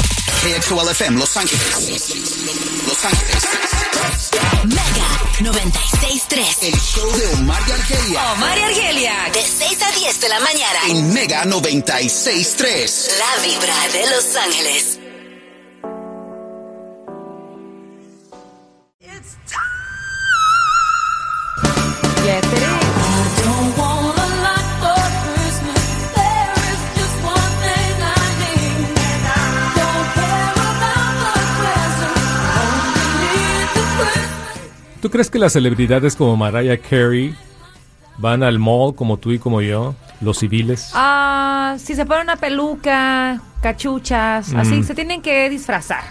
KXOLFM Los Ángeles. Los Ángeles. Mega 96.3. El show de Omar y Argelia Omar y Argelia. De 6 a 10 de la mañana. en Mega 96.3. La vibra de Los Ángeles. Yes, it is. ¿Tú crees que las celebridades como Mariah Carey van al mall como tú y como yo, los civiles? Ah, si se pone una peluca, cachuchas, Mm. así se tienen que disfrazar.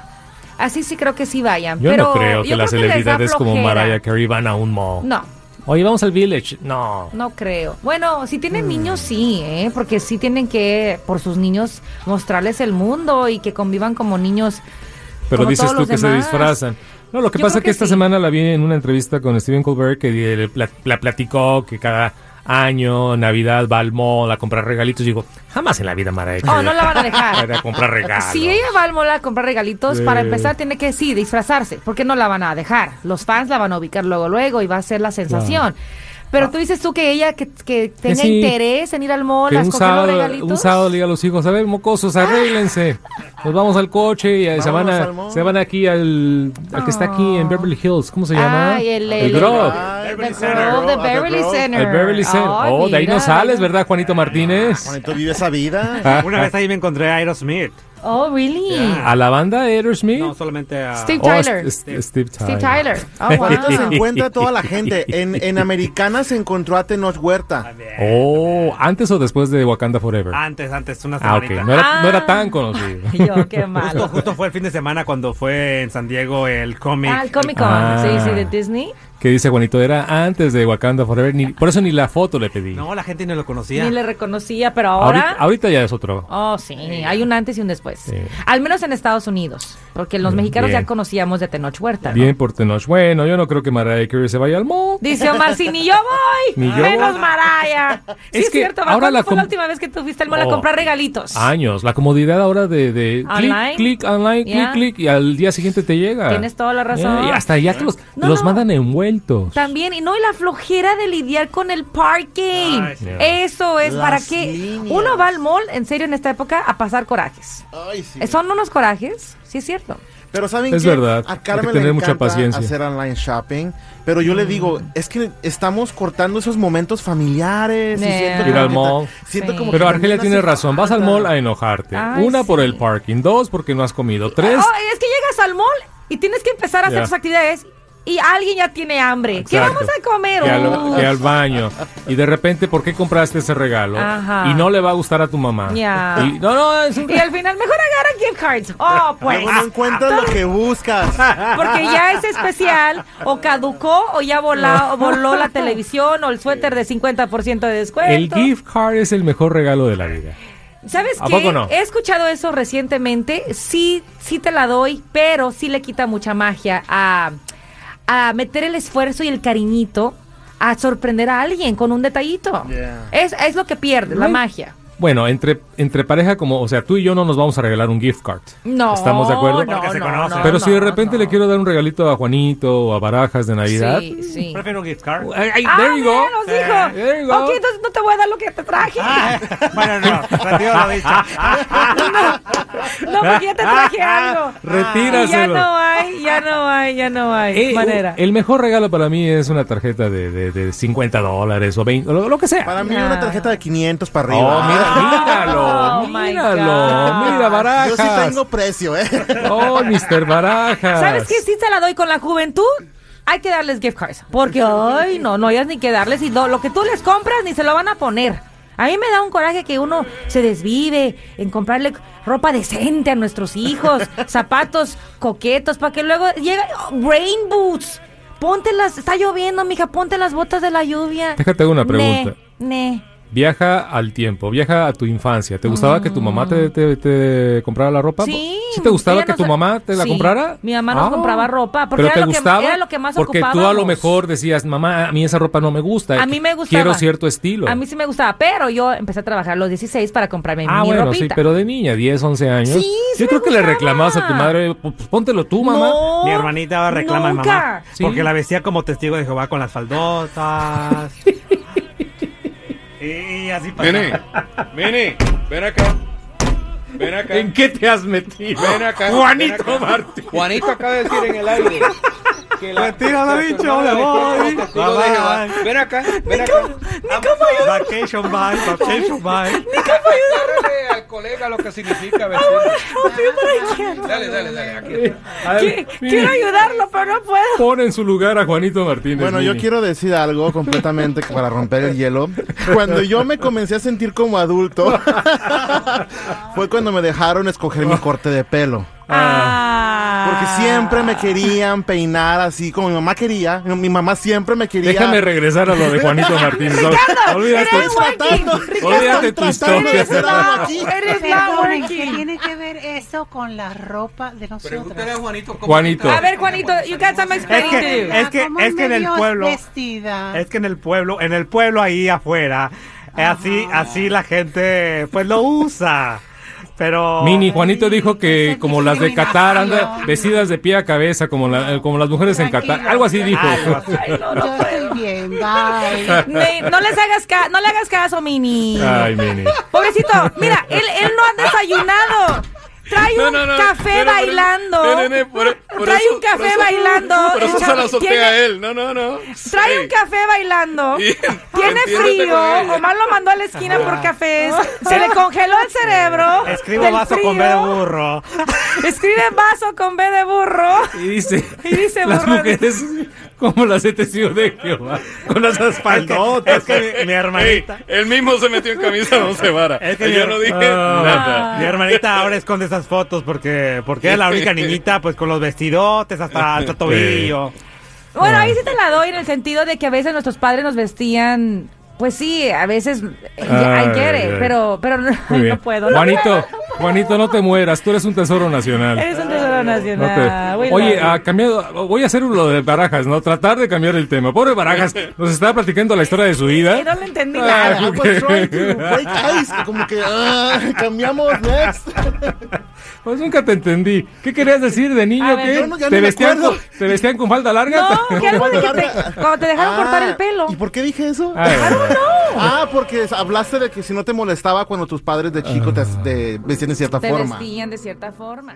Así sí creo que sí vayan. yo pero no creo que yo las creo que les da celebridades como flojera. Mariah Carey van a un mall. No, Oye, vamos al village. No. no creo. Bueno, si Mm. tienen niños sí, ¿eh? porque sí tienen que por sus niños mostrarles el mundo y que convivan como niños. Pero como dices todos tú los que se demás. disfrazan. No, lo que Yo pasa creo es que, que esta sí. semana la vi en una entrevista con Steven Colbert que le pla- la platicó que cada año, Navidad, va al mall a comprar regalitos. Y digo, jamás en la vida Mariah Carey. Oh, no la van a va dejar. a comprar regalos. Si ella va al mall a comprar regalitos, Sí. para empezar tiene que sí disfrazarse, porque no la van a dejar. Los fans la van a ubicar luego, luego y va a ser la sensación. Pero tú dices tú que ella que, que tenga Ah. sí. interés en ir al mall Que a un escoger los sábado, regalitos. un sábado le diga a los hijos, a ver, mocosos, arréglense. Nos vamos al coche y eh, se van, a, se van aquí al, al que está aquí en Beverly Hills. ¿Cómo se llama? Ay, el el, el- Grove. The Grove, the Beverly Center. El Beverly Center. Ay, Oh, de ahí no mira, Ah, sales, de- ¿verdad, Juanito Martínez? Ah, Juanito vive esa vida. Una vez Pues ahí me encontré a Aerosmith. Oh, really? Yeah. ¿A la banda Aerosmith? No, solamente a... Steve Oh, Tyler. es- es- Steve Steve Tyler. Tyler. Oh, Juanito se wow. encuentra a toda la gente. En, en Americana se encontró a Tenoch Huerta. Oh, antes o después de Wakanda Forever. Antes, antes, una Ah, ok. semanita. No era, no era Ah. tan conocido. Yo, qué Justo, malo. justo fue el fin de semana cuando fue en San Diego el cómic. Ah, el Comic Con. Ah. Sí, sí, de Disney. Que dice Juanito, era antes de Wakanda Forever. Ni, por eso ni la foto le pedí. No, la gente no lo conocía. Ni le reconocía, pero ahorita, ahora. ahorita ya es otro. Oh, sí, hay un antes y un después. Sí. Al menos en Estados Unidos, porque los mexicanos Bien. ya conocíamos de Tenoch Huerta. ¿no? Bien por Tenoch. Bueno, yo no creo que Mariah Carey se vaya al mall. Dice Omar, si ni yo voy, Ni yo menos voy. Maraya. Sí, Es es, que cierto, Omar, ahora ¿cuándo la fue la com- última vez que tú fuiste al mall a Oh. comprar regalitos? años. La comodidad ahora de, de Online. clic, clic, online, Ya. clic, clic, y al día siguiente te llega. Tienes toda la razón. Eh, y hasta ya que los, No, los no. mandan envueltos. También, y no, y la flojera de lidiar con el parking. Ay, sí. Eso es Las para que líneas. uno va al mall, en serio, en esta época, a pasar corajes. Ay, sí. Son unos corajes, sí es cierto. Pero saben Es qué? verdad, hay a que Carmen tener le mucha encanta paciencia. Mm. hacer online shopping, pero yo le digo, es que estamos cortando esos momentos familiares. y Yeah. siento que Ir al como que ta- mall. siento Sí. como que Pero también Argelia hace tiene razón. Vas al falta. mall a enojarte. Ay, Una por sí. el parking, dos porque no has comido, tres. Oh, es que llegas al mall y tienes que empezar a hacer Ya. tus actividades y alguien ya tiene hambre. ¿Qué Exacto. vamos a comer? Que al, Oh. que al baño. Y de repente, ¿por qué compraste ese regalo? Ajá. Y no le va a gustar a tu mamá. Ya. Y- no, no, es un Y al final, mejor agarra gift cards. Oh, pues. Luego no ah. encuentras lo que buscas. Porque ya es especial, o caducó, o ya volá- o voló la televisión, o el suéter de 50% de El descuento. gift card es el mejor regalo de la vida. ¿Sabes ¿A qué? poco no? He escuchado eso recientemente. Sí, sí te la doy, pero sí le quita mucha magia a, a meter el esfuerzo y el cariñito a sorprender a alguien con un detallito. Yeah. Es, es lo que pierde, la Bueno. magia. Bueno, entre, entre pareja, como, o sea, tú y yo no nos vamos a regalar un gift card. No. ¿Estamos de acuerdo? no, Porque se no, conocen. no, Pero si de no, repente no. le quiero dar un regalito a Juanito o a Barajas de Navidad. Sí, sí. Prefiero gift card. Ay, ay, Ah, there you go. Eh, mira, nos dijo. There you go. Ok, entonces no te voy a dar lo que te traje. Ah. bueno, no, retiro la dicha. No, porque ya te traje algo. Y ah, ya Retíraselo. no hay, ya no hay, ya no hay Eh, manera. El mejor regalo para mí es una tarjeta de, de, de 50 dólares o 20, lo, lo que sea. Para mí No. una tarjeta de 500 para arriba. Ah. Oh, mira, Oh, míralo, my míralo, God. mira barajas. yo sí tengo precio, ¿eh? Oh, Mr. Barajas. ¿Sabes qué? Si te la doy con la juventud, hay que darles gift cards. Porque, ay, no, no hayas ni que darles. Y lo, lo que tú les compras ni se lo van a poner. A mí me da un coraje que uno se desvive en comprarle ropa decente a nuestros hijos, zapatos coquetos, para que luego llegue oh, rain boots. Ponte las, está lloviendo, mija, ponte las botas de la lluvia. Déjate hago una pregunta. Ne, ne. Viaja al tiempo, viaja a tu infancia. ¿Te gustaba que tu mamá te, te- te comprara la ropa? Sí. te gustaba ella que nos- tu mamá te la Sí, comprara? Ah. mi mamá nos compraba ropa, porque pero era te lo que- gustaba era lo que más Porque tú a lo ocupábamos. mejor decías, mamá, a mí esa ropa no me gusta. A mí me gustaba. Quiero cierto estilo. A mí sí me gustaba, pero yo empecé a trabajar a los 16 para comprarme Ah, mi bueno, sí, ropita. pero de niña, 10, 11 años. Sí, sí Yo me creo que le gustaba. reclamabas a tu madre, pues póntelo tú, mamá. No, Mi hermanita ahora reclama a mi nunca. mamá. Sí. Porque la vestía como testigo de Jehová con las faldotas. y así pasa. Nene, nene, ven acá. Ven acá. ¿En qué te has metido? Ven acá. Juanito ven acá. Martín. Juanito acaba de decir en el aire. Que la, Mentira, lo que he su dicho, hermana me le compró los voy. testigos Bye, de Jehová. bye. Ven acá, ven acá. Vacation bye, vacation bye. Agárrale al colega lo que significa vestir. Dale, dale, dale. Aquí está. A ver, Qui- Quiero ayudarlo, pero no puedo. Pon en su lugar a Juanito Martínez. Bueno, yo Mini. quiero decir algo completamente para romper el hielo. Cuando yo me comencé a sentir como adulto, fue cuando me dejaron escoger mi corte de pelo. Ah. Porque siempre me querían peinar así como mi mamá quería. Mi mamá siempre me quería. Déjame regresar a lo de Juanito Martínez. Olvídate, eres working. olvídate tu tratando de historia. hacer algo aquí. Eres la Perdonen, ¿qué working. tiene que ver eso con la ropa de Pregúntale nosotros? a Juanito cómo Juanito. A ver, Juanito, you got some Es experience. que, es que, ¿Cómo es que en el medio pueblo. Vestida? Es que en el pueblo, en el pueblo ahí afuera, eh, así, así la gente pues lo usa. Pero Mini, Juanito dijo Esa que es como las de Qatar anda discriminación. vestidas de pie a cabeza, como, la- eh, como las mujeres en Qatar. Tranquilo. Algo así dijo. Algo así. Ay, no, Yo no puedo. estoy bien, bye. Ne- no les hagas ca- no le hagas caso, Mini. Ay, Mini. Pobrecito, mira, él, él no ha desayunado. Trae No, un no, no. café No, no, por eso- bailando. no, no, no, por- por trae eso- un café por eso- bailando. Por eso El se chavo la tiene- sotea él. No, no, no. Trae un Sí. café bailando. Bien, Tiene entiéndete frío. con ella. Omar lo mandó a la esquina por cafés. Se le congeló el cerebro. escribo del vaso con B de frío. burro. Escribe vaso con B de burro. Y dice, Y dice las borrado. mujeres como las de testigo de Jehová, con las Es que, espaldotas. es que mi, mi Ey, hermanita. él mismo se metió en camisa no se vara. Es que yo mi- no dije Ah. nada. Mi hermanita ahora esconde esas fotos porque porque es la única niñita pues con los vestidotes hasta, hasta tobillo. Bueno, ahí sí te la doy en el sentido de que a veces nuestros padres nos vestían. Pues sí, a veces eh, hay Ay, quiere, ay. pero, pero no, Muy bien. no puedo. no Juanito, puedo. Juanito, no te mueras, tú eres un tesoro nacional. Eres un No tesoro nacional. te- We love Oye, you. ha cambiado, voy a hacer lo de Barajas, ¿no? Tratar de cambiar el tema. Pobre Barajas, nos estaba platicando la historia de su vida. Y no le entendí Ah, nada. I was trying to break ice, Como que ah, cambiamos next. Pues nunca te entendí. ¿Qué querías decir de niño? A ver, ¿Qué? yo no- ya ¿Te, ni me vestían con, acuerdo. ¿Te vestían con falda larga? No, que algo de que te, cuando te dejaron Ah, cortar el pelo. ¿Y por qué dije eso? Ay, Ah, porque hablaste de que si no te molestaba cuando tus padres de chico te, te vestían de cierta Te forma. vestían de cierta forma.